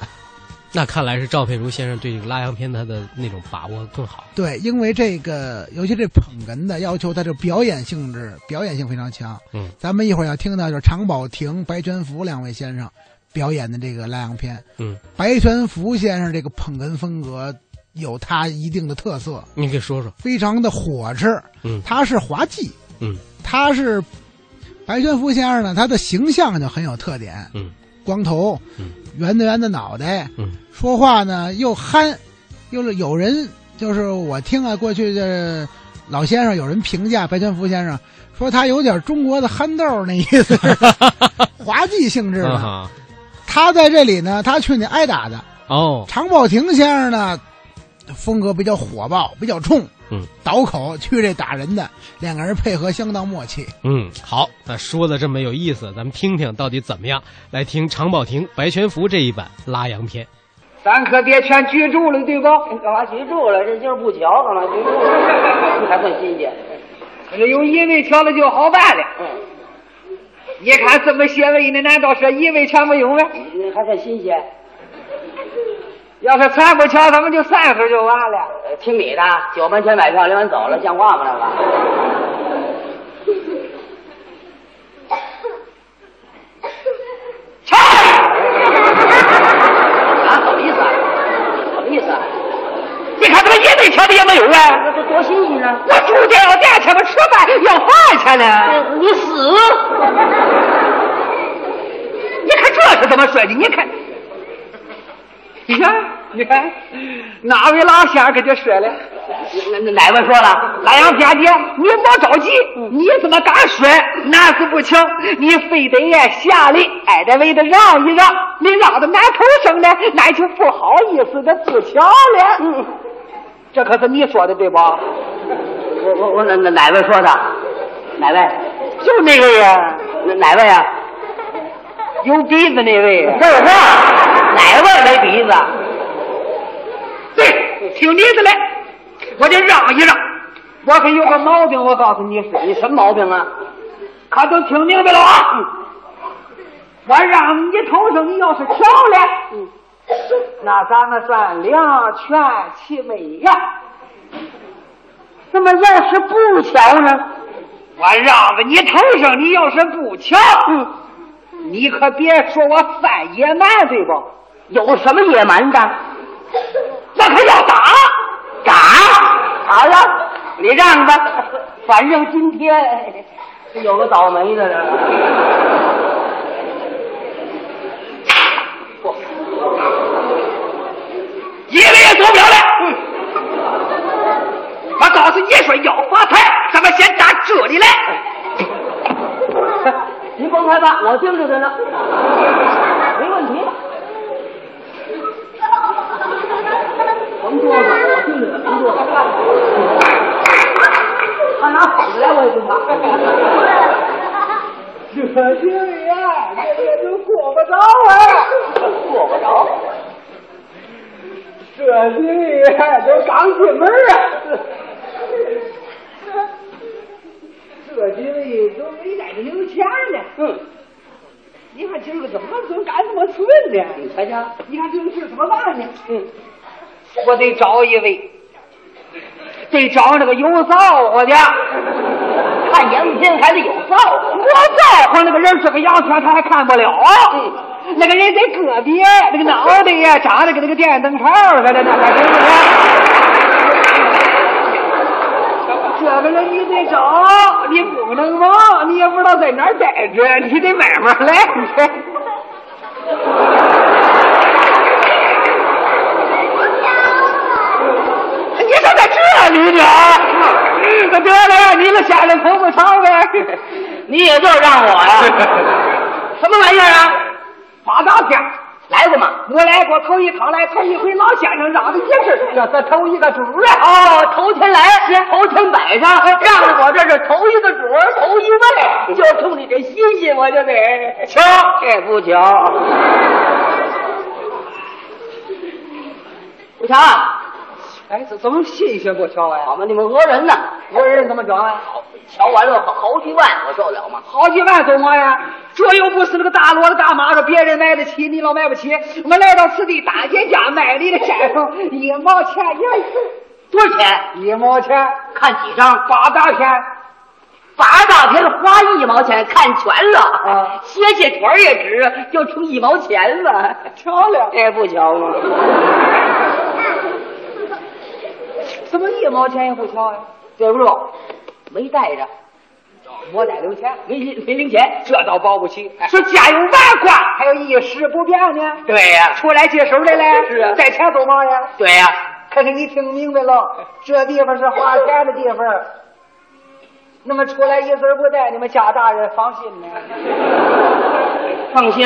Speaker 3: 那看来是赵佩如先生对这个拉洋片他的那种把握更好。
Speaker 4: 对，因为这个，尤其这捧哏的要求，它这表演性质，表演性非常强。
Speaker 3: 嗯，
Speaker 4: 咱们一会儿要听到就是常宝霆、白全福两位先生表演的这个拉洋片。
Speaker 3: 嗯，
Speaker 4: 白全福先生这个捧哏风格有他一定的特色，
Speaker 3: 你给说说。
Speaker 4: 非常的火炙。
Speaker 3: 嗯
Speaker 4: 他是滑稽，
Speaker 3: 嗯，
Speaker 4: 他是白全福先生呢，他的形象就很有特点，
Speaker 3: 嗯，
Speaker 4: 光头，
Speaker 3: 嗯，
Speaker 4: 圆的圆的脑袋，
Speaker 3: 嗯，
Speaker 4: 说话呢又憨，又是有人就是我听啊，过去的老先生有人评价白全福先生说他有点中国的憨豆儿那意
Speaker 3: (laughs)
Speaker 4: 思，滑稽性质
Speaker 3: 啊
Speaker 4: 的。
Speaker 3: 哈，
Speaker 4: 他在这里呢，他去年挨打的，
Speaker 3: 哦，
Speaker 4: 常宝霆先生呢，风格比较火爆，比较冲，
Speaker 3: 嗯，
Speaker 4: 倒口去这打人的，两个人配合相当默契。
Speaker 3: 嗯，好，那说的这么有意思，咱们听听到底怎么样？来听常宝霆、白全福这一版拉洋片。
Speaker 10: 咱可别全居住了，对不？
Speaker 11: 哎干嘛居住了？这今儿不瞧，干嘛居住
Speaker 10: (laughs)
Speaker 11: 了？还算新鲜。
Speaker 10: 可是有一位瞧了就好办了。
Speaker 11: 嗯，
Speaker 10: 你看这么些位呢，难道说一位全没有吗？
Speaker 11: 你嗯还算新鲜？
Speaker 10: 要是全不瞧，咱们就散会儿就完了。
Speaker 11: 呃听你的，九毛钱买票，领完走了，像话吗？这个。啊，什么意思啊？什么意思啊？
Speaker 10: 你看怎么一位瞧的也没有啊？
Speaker 11: 这多新鲜啊！
Speaker 10: 我住店要店去，我吃饭要饭去呢。
Speaker 11: 你死！啊
Speaker 10: 你看这是怎么说的？你看，你看，你看，哪位老乡可就说了？
Speaker 11: 哪位说 (laughs) 了？
Speaker 10: 南阳姐姐，啊你莫着急，
Speaker 11: 嗯
Speaker 10: 你怎么敢说？那是不成，你非得呀下来挨着位的让一让，你让的男头生呢，那就不好意思的不瞧了。嗯，这可是你说的对不？
Speaker 11: 我我我哪哪哪位说的？哪位？
Speaker 10: 就那个呀，
Speaker 11: 哪哪位啊？
Speaker 10: (laughs) 有鼻子那位。
Speaker 11: 废话，哪位没鼻子？
Speaker 10: 对，听你的嘞，我得让一让。我可有个毛病，我告诉你说，
Speaker 11: 你什么毛病啊？
Speaker 10: 可都听明白了啊！我让你头上，你要是瞧了，那咱们算两全其美呀。那么要是不瞧呢？我让着你头上，你要是不瞧，你可别说我犯野蛮，对不？
Speaker 11: 有什么野
Speaker 10: (laughs)
Speaker 11: 蛮的？
Speaker 10: 我可要打！
Speaker 11: 敢？好了，你让吧，
Speaker 10: (laughs)
Speaker 11: 反正今天有个倒霉的
Speaker 10: (laughs)
Speaker 11: 人。
Speaker 10: 一个也走不了了。我告诉你说，要发财，咱们先打这
Speaker 11: (laughs)
Speaker 10: 里来。
Speaker 11: 您甭害怕，我盯着他呢，没问题。甭哆嗦，我盯着他，甭哆嗦。他拿斧子来，我也不怕。
Speaker 10: 这经理啊，这也都过不着啊，
Speaker 11: 过不着。
Speaker 10: 这经理都刚进门啊。这经理都没在这留钱呢。嗯，你看今儿个怎么总赶这么寸呢？
Speaker 11: 你瞧瞧，
Speaker 10: 你看这个事怎么办呢？嗯，我得找一位，得找那个有造化的。
Speaker 11: 看洋片还得有造化。
Speaker 10: 我在乎那个人是个洋圈，他还看不了啊。那个人在个别，那个脑袋呀，长得跟那个电灯泡似的，那还真是。这个人你得找，你不能忘，你也不知道在哪儿待着，你得慢慢来。你咋在这里
Speaker 11: (laughs)
Speaker 10: 呢？那得了，你那下来捧捧场呗。
Speaker 11: 你也就让我 (laughs) 呀，什么玩意儿啊？
Speaker 10: 八大片儿
Speaker 11: 来过吗？
Speaker 10: 我来过头一趟来，头一回老先生嚷的也是，这是头一个主啊。
Speaker 11: 哦，头天来，哎头天摆上，让着我这是头一个主儿，头一位，就冲你这新鲜，我就得哎瞧，这不瞧， (laughs) 不瞧啊！
Speaker 7: 哎，怎怎么谢谢过乔呀？
Speaker 10: 好嘛，你们讹人呢？
Speaker 7: 啊讹人怎么整啊？
Speaker 10: 好，瞧完了好好几万，我受得了吗？
Speaker 7: 好几万多么呀？这又不是那个大骡子大马子，别人买得起，你老买不起。我们来到此地大街家卖梨的先生，一毛钱一，
Speaker 10: 多少钱？
Speaker 7: 一毛钱
Speaker 10: 看几张？
Speaker 7: 八大片。
Speaker 10: 八大片花一毛钱，看全了。
Speaker 7: 啊
Speaker 10: 歇歇腿儿也直，就出一毛钱了。
Speaker 7: 瞧了，
Speaker 10: 这不瞧吗？
Speaker 7: 怎么一毛钱也不瞧呀？
Speaker 10: 对不住，没带着，
Speaker 7: 我得留钱，
Speaker 10: 没零没零钱。
Speaker 7: 这倒保不齐。
Speaker 10: 哎
Speaker 7: 说家有万贯，还有一时不变呢。
Speaker 10: 对呀、
Speaker 7: 出来接手来了，
Speaker 10: 是啊
Speaker 7: 在前走嘛呀？
Speaker 10: 对呀、
Speaker 7: 可是你听明白了，这地方是花钱的地方。那么出来一子儿不带，你们家大人放心呢。
Speaker 10: 放心，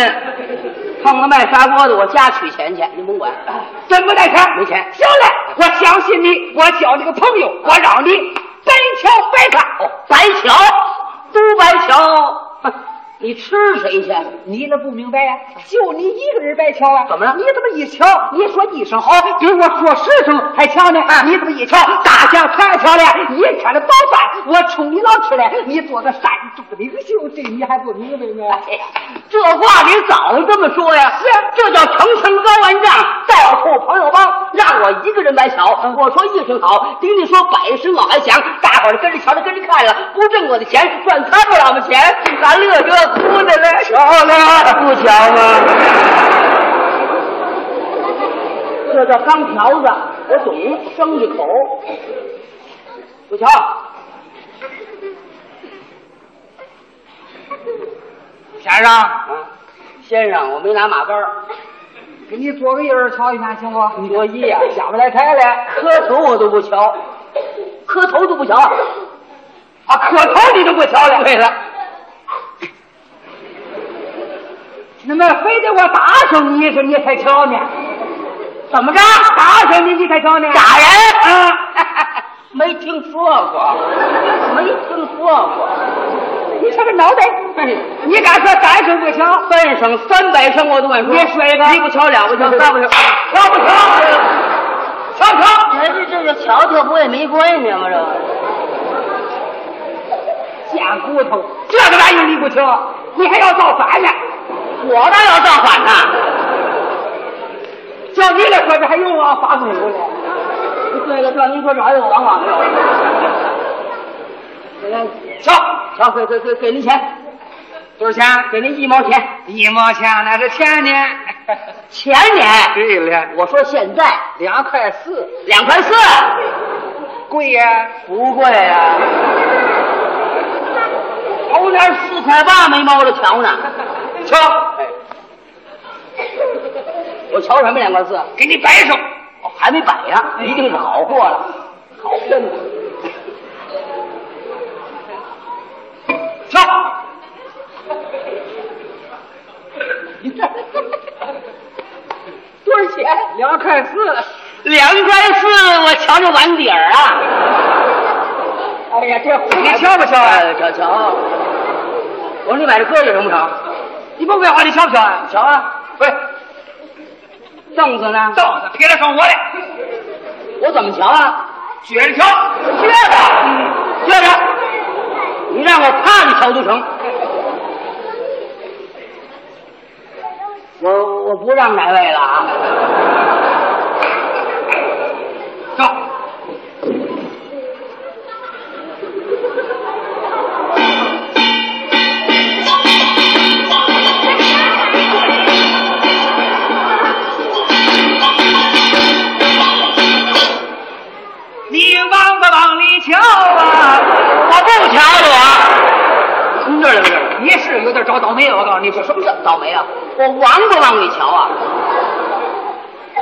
Speaker 10: 碰到卖砂锅的，我家取钱去，您甭管。
Speaker 7: 真不带钱？
Speaker 10: 没钱
Speaker 7: 行嘞，我相信你，我交你个朋友，我让你白瞧白看。
Speaker 10: 白瞧，都白
Speaker 7: (laughs)
Speaker 10: 瞧，你吃谁去？
Speaker 7: 你那不明白呀、就你一个人白瞧啊？
Speaker 10: 怎么了
Speaker 7: 你怎么一瞧，你说一声好，比我说十声还强呢？啊，你怎么一瞧，大家全瞧了，一天的饱饭我冲你老吃了，你做个山猪领袖，这你还不明白吗？
Speaker 10: 哎呀这话你早这么说呀？是，啊这叫城城高完丈，再要扣朋友帮，让我一个人白瞧。我说一声好，听你说百声我还响，大伙儿跟着瞧着跟着看了，不挣我的钱，赚他不老们钱，咱乐这哭的嘞。瞧了，不瞧吗？这叫钢条子，我懂，生一口，不
Speaker 7: (laughs)
Speaker 10: 瞧。先生，嗯先生，我没拿马杆儿，
Speaker 7: 给你做个样儿瞧一下行不？
Speaker 10: 你多一呀、
Speaker 7: 下不来台了。
Speaker 10: 磕头我都不瞧，磕头都不瞧，啊，磕头你都不瞧了。对了，
Speaker 7: 你们非得我打死你一声，你才瞧呢？
Speaker 10: 怎么着？
Speaker 7: 打死你，你才瞧呢？
Speaker 10: 打人？
Speaker 7: 啊！
Speaker 10: (laughs) 没听说过，没听说过。哎
Speaker 7: 你是个脑袋？你敢说三声不瞧？
Speaker 10: 三声、三百声我都敢说。
Speaker 7: 你说一个
Speaker 10: 一不瞧，两不瞧，三不瞧，
Speaker 7: 瞧不瞧？
Speaker 10: 瞧瞧。哎，这这个瞧瞧不也没关系吗？这个
Speaker 7: 贱骨头，这个玩意儿你不听，你还要造反呢？
Speaker 10: 我倒要造反呢。
Speaker 7: 叫你来说这还用
Speaker 10: 啊
Speaker 7: 往发怒了？
Speaker 10: 对了，这您说这还有往往没有？
Speaker 7: 嗯
Speaker 10: 瞧瞧，给给给给您钱，多少钱？给您一毛钱。
Speaker 7: 一毛钱那是钱
Speaker 10: (laughs)
Speaker 7: 呢？
Speaker 10: 前年
Speaker 7: 对了，
Speaker 10: 我说现在
Speaker 7: 两块四，
Speaker 10: 两块四，
Speaker 7: 贵啊呀、
Speaker 10: 不贵呀、头天四块八没猫着瞧 (laughs) 呢，瞧，哎我瞧什么两块四？
Speaker 7: 给你摆上。
Speaker 10: 哦还没摆呢，一定是好货了，好骗子。瞧， (laughs) 多少钱？
Speaker 7: 两块四，
Speaker 10: 两块四，我瞧着碗底儿啊！
Speaker 7: 哎呀，这
Speaker 10: 你
Speaker 7: 你
Speaker 10: 瞧
Speaker 7: 瞧
Speaker 10: 不
Speaker 7: 不
Speaker 10: 瞧
Speaker 7: 瞧
Speaker 10: 啊
Speaker 7: 啊？？
Speaker 10: 瞧瞧。我说你买这鸽子有什么瞧？你不废话，你瞧不瞧啊？瞧啊！喂，凳子呢？
Speaker 7: 凳子撇着上我来，
Speaker 10: 我怎么瞧啊？
Speaker 7: 撅着瞧。
Speaker 10: 撅着，撅着，你让我趴着瞧就成。我我不让哪位了
Speaker 7: (laughs)
Speaker 10: 啊！走。
Speaker 7: 你往吧往里瞧啊！
Speaker 10: 我不瞧了，啊我。您这儿来不这儿来？
Speaker 7: 你啊是有点找倒霉，啊我告诉你，
Speaker 10: 你说什么叫倒霉啊？我王八往里瞧啊！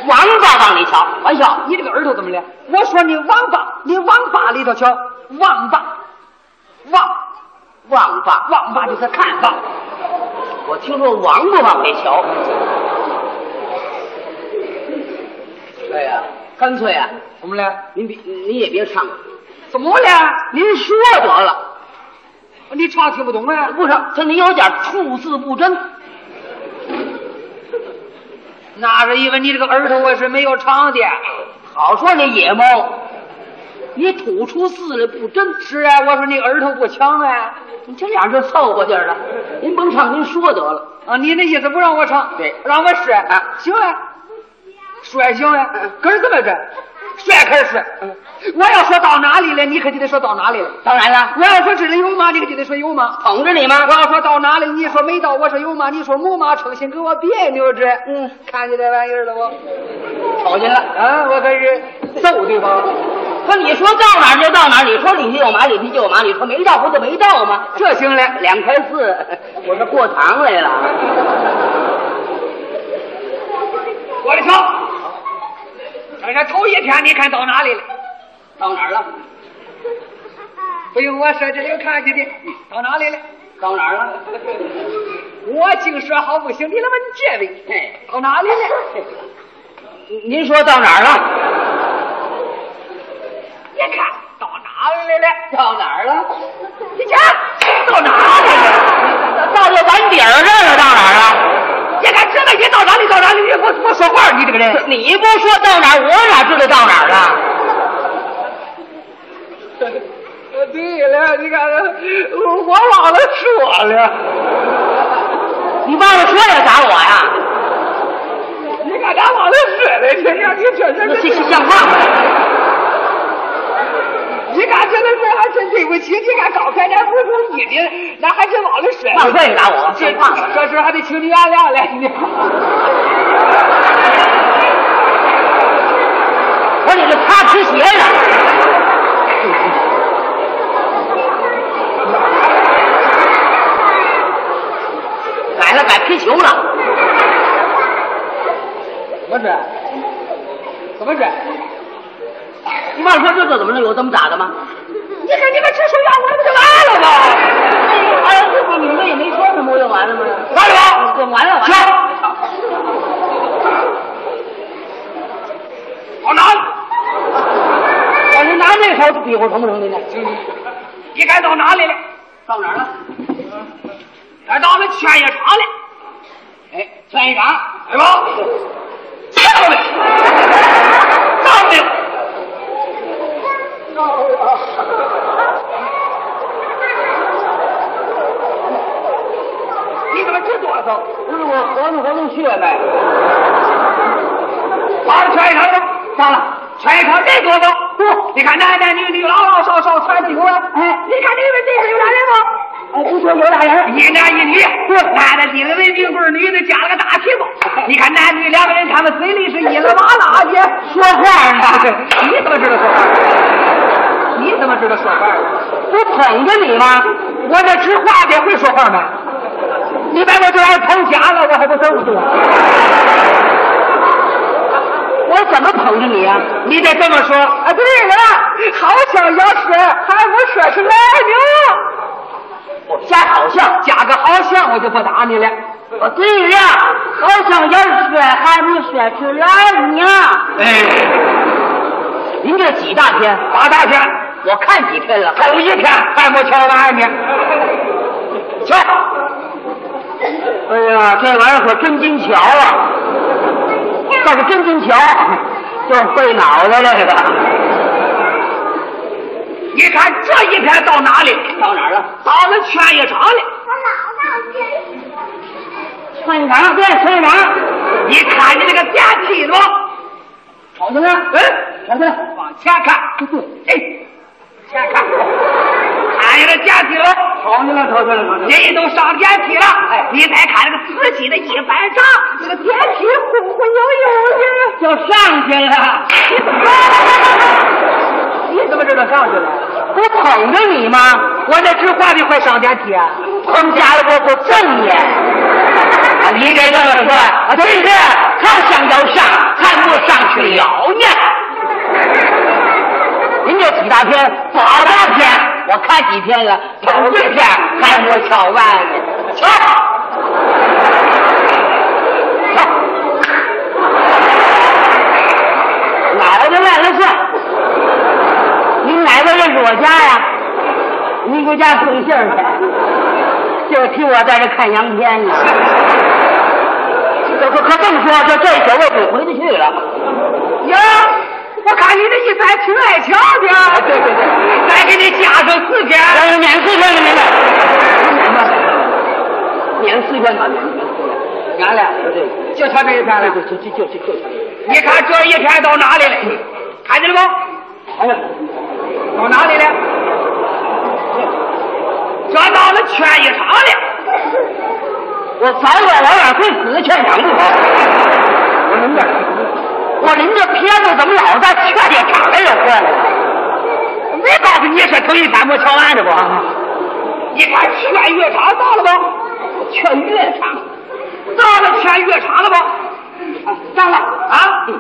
Speaker 10: 王八往里瞧，玩笑。
Speaker 7: 哎你这个耳朵怎么了？我说你王八，你王八里头瞧，王八，王
Speaker 10: 王八，
Speaker 7: 王八就是看吧。
Speaker 10: 我听说王八往里瞧。对呀、干脆啊，
Speaker 7: 怎么了？
Speaker 10: 您别您也别唱了，
Speaker 7: 怎么了？
Speaker 10: 您说得了，
Speaker 7: 你唱听不懂啊？
Speaker 10: 不是，这您有点处字
Speaker 7: (laughs)
Speaker 10: 不真。
Speaker 7: 那是因为你这个耳朵我是没有长的。
Speaker 11: 好说你野猫，你吐出四来不真。
Speaker 10: 是啊，我说你儿头不强呗。
Speaker 11: 啊你这俩就凑合劲儿了。您甭唱，您说得了。
Speaker 10: 啊，你那意思不让我唱，
Speaker 11: 对
Speaker 10: 让我摔啊，行啊，摔行啊，
Speaker 11: 嗯
Speaker 10: 可是怎么着，摔可是摔。我要说到哪里了，你可就得说到哪里了。
Speaker 11: 当然了，
Speaker 10: 我要说这里有吗，你可就得说有吗。
Speaker 11: 捧着你吗？
Speaker 10: 我要说到哪里，你说没到，我说有吗？你说没吗？成心给我别扭着。
Speaker 11: 嗯，
Speaker 10: 看见这玩意儿了不？
Speaker 11: 瞅见了。
Speaker 10: 啊，我可是揍对方了。
Speaker 11: 可你说到哪儿就到哪儿，你说里头有马，里头就有马，你说没到不就没到吗？
Speaker 10: 这行了，
Speaker 11: 两块四， (laughs) 我这过堂来了。
Speaker 10: 我的枪。等这头一天，你看到哪里了？
Speaker 11: 到哪儿了？哎
Speaker 10: 不用我说，这里有看见的，到哪里了？
Speaker 11: 到哪儿 (laughs) 了？
Speaker 10: 我净说好不行，你来问这位，
Speaker 11: 嘿，
Speaker 10: 到哪
Speaker 11: (laughs)
Speaker 10: 里了？
Speaker 11: 您说到哪儿了？
Speaker 10: 你看到哪儿来了？
Speaker 11: 到哪儿了？
Speaker 10: 你看到哪儿来了？
Speaker 11: 到这碗底儿这儿了，到哪儿了？
Speaker 10: 你看这位，你到哪里到哪里？你不不说话，你这个人。
Speaker 11: 你不说到哪儿，我哪知道到哪儿了？
Speaker 10: 呃， (laughs) 对了，你看，我我忘了说了。
Speaker 11: 你忘了说点啥我呀？
Speaker 10: 你看咱忘了说了，这样你这
Speaker 11: 这这
Speaker 10: 这
Speaker 11: 这像话吗？
Speaker 10: 你看这个事儿还真对不起，你看刚才咱不是故意的，咱还真忘了说了。
Speaker 11: 忘说也打我
Speaker 10: 这
Speaker 11: 废话嘛
Speaker 10: 这事儿还得请你原谅了。你
Speaker 11: 我说你这擦皮鞋呢？改了改皮球了，
Speaker 10: 怎么着？怎么着？
Speaker 11: 你忘了说这个怎么了？有这么咋的吗？
Speaker 10: 你看你们这说要我不就完了吗？
Speaker 11: 哎呀，这不你们也没说什么，不就完了吗？
Speaker 10: 完了吗？
Speaker 11: 完了，完了，完了。
Speaker 10: 好难。
Speaker 11: 我哎是拿那手比划成不成的呢？
Speaker 10: 嗯你该到哪里了？
Speaker 11: 到哪儿了？
Speaker 10: 该到了劝业场了，
Speaker 11: 哎，劝一
Speaker 10: (laughs)
Speaker 11: 场，
Speaker 10: 对吧？到了，到了，到了。你怎么直哆嗦？
Speaker 11: 不是我活动活动穴呗。
Speaker 10: 到了劝业场了，
Speaker 11: 到了，
Speaker 10: 劝业场人多不？多。你看男男女女、老老少少全几乎了。哎，你看你们地上有俩人吗？
Speaker 11: 哎，不说有俩人，
Speaker 10: 一男一女，男的顶了为冰棍，女的夹了个大屁 (laughs) 股。你看男女两个人，他们嘴里是一拉哇啦的说话呢。 (laughs) 你怎么知道说话？你怎么知道说话？
Speaker 11: 不捧着你吗？
Speaker 10: 我这直话的会说话吗？你把我这玩意儿捧瞎了，我还不揍死我？
Speaker 11: 我怎么捧着你呀、
Speaker 10: 你得这么说啊！对了，好想要说，还不说出来呢。
Speaker 11: 我瞎好笑。
Speaker 10: 加个好像，我就不打你了。啊
Speaker 11: 我对了，好像要说还没说出来呢。
Speaker 10: 哎，
Speaker 11: 您这几大天？
Speaker 10: 八大天。
Speaker 11: 我看几天了，
Speaker 10: 头一天还没瞧完呢，
Speaker 11: (laughs)
Speaker 10: 去！
Speaker 11: 哎呀，这玩意儿可真金桥
Speaker 10: (laughs)
Speaker 11: 啊！这是真金桥，就是费脑袋这个。
Speaker 10: 你看这一天到哪里？
Speaker 11: 到哪儿了？
Speaker 10: 到了劝业场了。
Speaker 11: 村长变村长，
Speaker 10: 你看见那个电梯了吗？
Speaker 11: 瞅见了？
Speaker 10: 嗯，
Speaker 11: 瞅见了？
Speaker 10: 往前看，对，哎， (laughs) 前看，看见那电梯了吗？
Speaker 11: 瞅见了，瞅见了，瞅见了。
Speaker 10: 人都上电梯了，哎，你再看那个司机的一板账，那个电梯晃晃悠
Speaker 11: 就上去了，
Speaker 10: 悠的。你怎么知道上去了？
Speaker 11: 我捧着你吗？
Speaker 10: 我这直话的会上电梯啊？
Speaker 11: 捧家了我不正眼。啊，你这这么说，啊，对的，还想要上，还没上去了呢。您这几大篇，八大篇，我看几天了，头一天还没瞧完呢。 (laughs) 瞧，脑袋乱了算。您来的认识我家呀？您回家送信儿去，就替我在这看洋片呢。可可可这么说，这这宿我得回得去了。
Speaker 10: 呀，
Speaker 7: 我看你这意思还挺爱瞧的。啊对对对，再给你加上四天。
Speaker 10: 哎免四天了，您呢？免四天吧，免四天。俺俩对，
Speaker 7: 就瞧这一天了
Speaker 10: 就。就就就就就，
Speaker 7: 你看这一天到哪里了？看见了不？
Speaker 10: 哎呀，
Speaker 7: 到哪里了？这到了圈一场了。
Speaker 10: 我早晚晚晚会死的全场不好。我您这，我您这片子怎么老在劝你场来惹祸呢？没告诉你是头一天没瞧完的不？
Speaker 7: 你看劝乐场到了不？
Speaker 10: 劝乐场，
Speaker 7: 到了劝乐场了不？到了啊！
Speaker 10: 嗯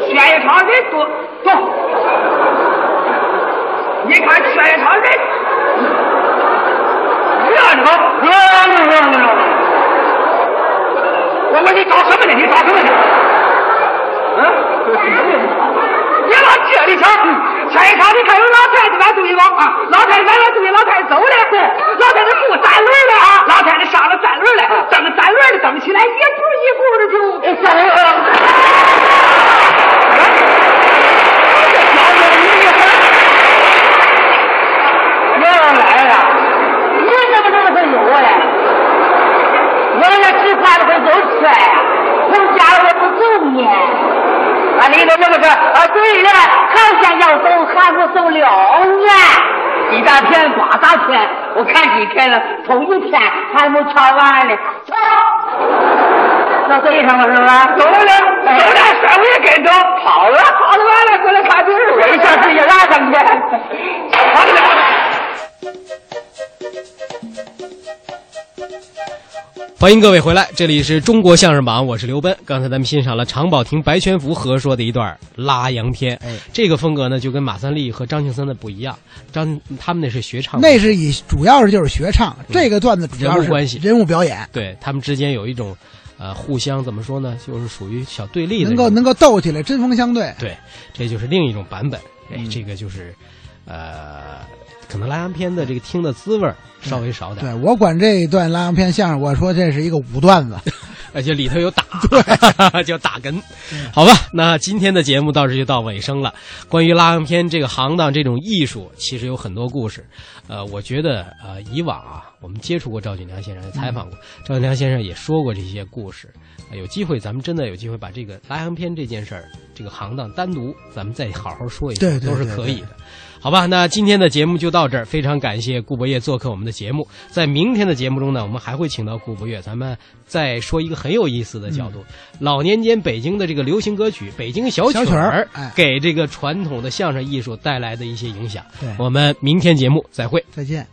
Speaker 7: 劝乐场人多多，你看劝乐场人热闹不？热闹热闹热闹。我问你找什么呢？你找什么呢？你老接里瞧，前一场你看有老太太来对了啊，老太太来对，老太太走了，老太太不站轮了啊，老太太上了站轮了，蹬着站轮的蹬起来，一步一步的就走了。
Speaker 10: 又来了，你怎么这么会有啊？我要吃饭了会走吃呀，回家了我不走呢。啊，你怎么这么说？啊，对了，好像要走还不走了呢。一大片瓜大片，我看几天了，头一天还没瞧完呢。瞧，那对上了是吧？哎
Speaker 7: 走了，走了，甩我也跟着跑了，跑了完了，过来看病儿，
Speaker 10: 我一下自己拉上去。
Speaker 7: 跑不了。
Speaker 3: 欢迎各位回来，这里是中国相声榜，我是刘奔。刚才咱们欣赏了常宝霆、白全福合说的一段拉洋片，
Speaker 4: 哎
Speaker 3: 这个风格呢就跟马三立和张庆森的不一样，张他们那是学唱的，
Speaker 4: 那是以主要是就是学唱，这个段子主要
Speaker 3: 嗯人
Speaker 4: 是
Speaker 3: 物关系
Speaker 4: 人物表演，
Speaker 3: 对他们之间有一种，呃，互相怎么说呢，就是属于小对立的
Speaker 4: 能
Speaker 3: 那种，
Speaker 4: 够能够斗起来，针锋相对。
Speaker 3: 对，哎这就是另一种版本，哎，这个就是，呃，可能拉洋片的这个听的滋味儿稍微少点儿，
Speaker 4: 对我管这一段拉洋片相声，我说这是一个武段
Speaker 3: (laughs)
Speaker 4: 子。
Speaker 3: 而且里头有打， (laughs) 对，叫打哏，
Speaker 4: 嗯
Speaker 3: 好吧。那今天的节目到这就到尾声了。关于拉洋片这个行当这种艺术，其实有很多故事。呃，我觉得呃，以往啊，我们接触过赵锦良先生，也采访过、
Speaker 4: 嗯
Speaker 3: 赵锦良先生，也说过这些故事。呃有机会，咱们真的有机会把这个拉洋片这件事儿，这个行当单独，咱们再好好说一下，
Speaker 4: 对对
Speaker 3: 都是
Speaker 4: 对
Speaker 3: 可
Speaker 4: 对
Speaker 3: 以的。好吧，那今天的节目就到这儿，非常感谢顾博业做客我们的节目。在明天的节目中呢，我们还会请到顾博业，咱们再说一个很有意思的角度。
Speaker 4: 嗯
Speaker 3: 老年间北京的这个流行歌曲、北京小曲
Speaker 4: 小曲
Speaker 3: 儿
Speaker 4: 儿，哎
Speaker 3: 给这个传统的相声艺术带来的一些影响
Speaker 4: 对。
Speaker 3: 我们明天节目再会。
Speaker 4: 再见。